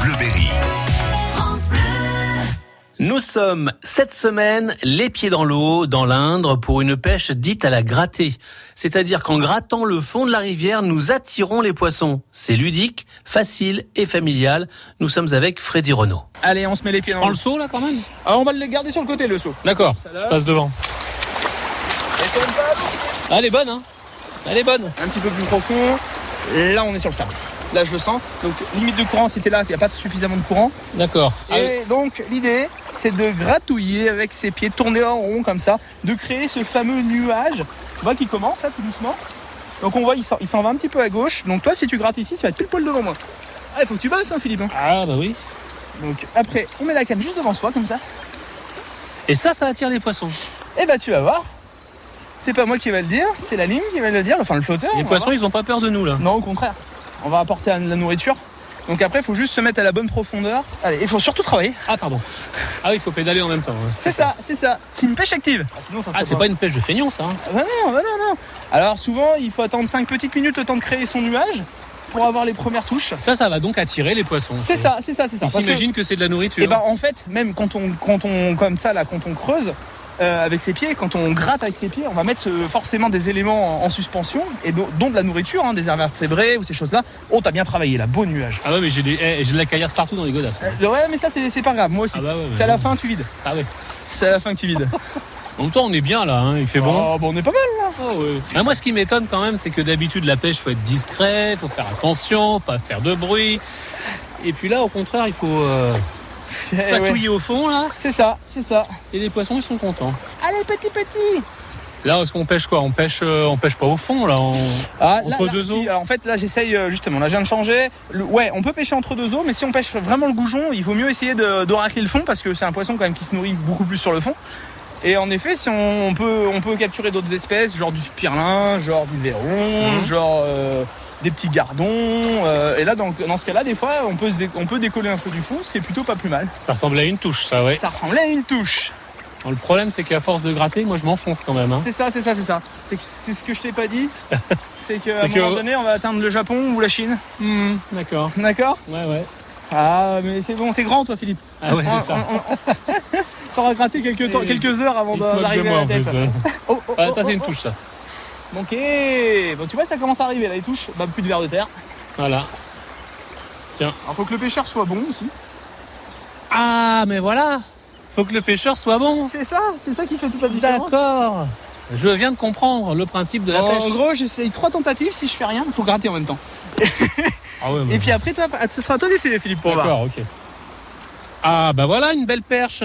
Bleuberry. Nous sommes cette semaine les pieds dans l'eau dans l'Indre pour une pêche dite à la grattée. C'est-à-dire qu'en grattant le fond de la rivière, nous attirons les poissons. C'est ludique, facile et familial. Nous sommes avec Freddy Renault. Allez, on se met les pieds dans Prends l'eau. le seau là quand même Ah, on va le garder sur le côté, le saut. D'accord, Ça va je passe devant. Ah, Elle est bonne hein Elle est bonne Un petit peu plus profond. Là, on est sur le sable. Là, je le sens. Donc, limite de courant, si t'es là, il n'y a pas suffisamment de courant. D'accord. Allez. Et donc, l'idée, c'est de gratouiller avec ses pieds, de tourner en rond comme ça, de créer ce fameux nuage. Tu vois qui commence là, tout doucement. Donc, on voit, il s'en il s'en va un petit peu à gauche. Donc, toi, si tu grattes ici, ça va être pile poil devant moi. Ah, il faut que tu bosses, hein, Philippe. hein. Ah bah oui. Donc, après, on met la canne juste devant soi, comme ça. Et ça, ça attire les poissons. Et bah, tu vas voir. C'est pas moi qui va le dire, c'est la ligne qui va le dire, enfin le flotteur. Les on va poissons, ils ont pas peur de nous là. Non, au contraire. On va apporter de la nourriture. Donc après, il faut juste se mettre à la bonne profondeur. Allez, il faut surtout travailler. Ah pardon. Ah oui, il faut pédaler en même temps. ouais. C'est ça, c'est ça. C'est une pêche active. Ah, sinon, ça Ah, c'est pas une pêche de feignant ça. hein. Bah non, bah non, non. Alors souvent, il faut attendre 5 petites minutes le temps de créer son nuage pour avoir les premières touches. Ça, ça va donc attirer les poissons. C'est ça, c'est ça, c'est ça. Ils Parce que- s'imaginent que, Eh c'est de la nourriture. Et ben en fait, même quand on, quand on comme ça là, quand on creuse euh, avec ses pieds, quand on gratte avec ses pieds, on va mettre euh, forcément des éléments en, en suspension et do- dont de la nourriture, hein, des invertébrés ou ces choses-là. Oh, t'as bien travaillé là, beau nuage. Ah ouais, mais j'ai des- eh, j'ai de la caillasse partout dans les godasses. Euh, ouais, mais ça c'est c'est pas grave. Moi aussi. Ah bah ouais, ouais, c'est à la ouais. fin, tu vides. Ah ouais. C'est à la fin que tu vides. En même temps, on est bien là, hein, il fait bon. Oh, bon, on est pas mal. Ah ouais. Ah, moi, ce qui m'étonne quand même, c'est que d'habitude, la pêche, faut être discret, faut faire attention, pas faire de bruit. Et puis là, au contraire, il faut euh, Eh ouais. patouiller au fond là, C'est ça, c'est ça. et les poissons, ils sont contents. Allez, petit, petit. Là, est-ce qu'on pêche quoi On pêche, euh, on pêche pas au fond là. on- Ah, Entre deux eaux. si, alors en fait, là, j'essaye euh, justement. Là, je viens de changer. Le- ouais, on peut pêcher entre deux eaux, mais si on pêche vraiment le goujon, il vaut mieux essayer de, de racler le fond parce que c'est un poisson quand même qui se nourrit beaucoup plus sur le fond. Et en effet, si on, on peut, on peut capturer d'autres espèces, genre du spirlin, genre du verron, Mhm. genre euh, des petits gardons. euh, et là, dans, dans ce cas-là, des fois, on peut, se dé- on peut décoller un peu du fond. C'est plutôt pas plus mal. Ça ressemble à une touche, ça ouais. Ça ressemblait à une touche. Bon, le problème, c'est qu'à force de gratter, moi, je m'enfonce quand même. hein. C'est ça, c'est ça, c'est ça. C'est que- c'est ce que je t'ai pas dit. C'est qu'à un Donc, moment euh, donné, on va atteindre le Japon ou la Chine. Hmm, D'accord. D'accord Ouais, ouais. Ah, mais c'est bon, t'es grand toi, Philippe. Ah ouais, On- c'est ça. on- on- T'auras gratté quelques, temps- Et- quelques heures avant Ils se moquent d'a- de d'arriver moi, à la en tête. plus, ouais. Oh, oh, Ah, oh, ça, c'est oh, une oh. touche, ça. Ok. Bon, tu vois, ça commence à arriver là, les touches. Bah, plus de verre de terre. Voilà. Alors, faut que le pêcheur soit bon aussi. Ah, mais voilà Faut que le pêcheur soit bon C'est ça, c'est ça qui fait toute la différence. D'accord Je viens de comprendre le principe de la En- pêche. En gros, j'essaye trois tentatives. Si je fais rien, faut gratter en même temps. Ah ouais, Et puis après, toi, ce sera à toi d'essayer, Philippe, pour voir. D'accord, ok. Ah, bah voilà, une belle perche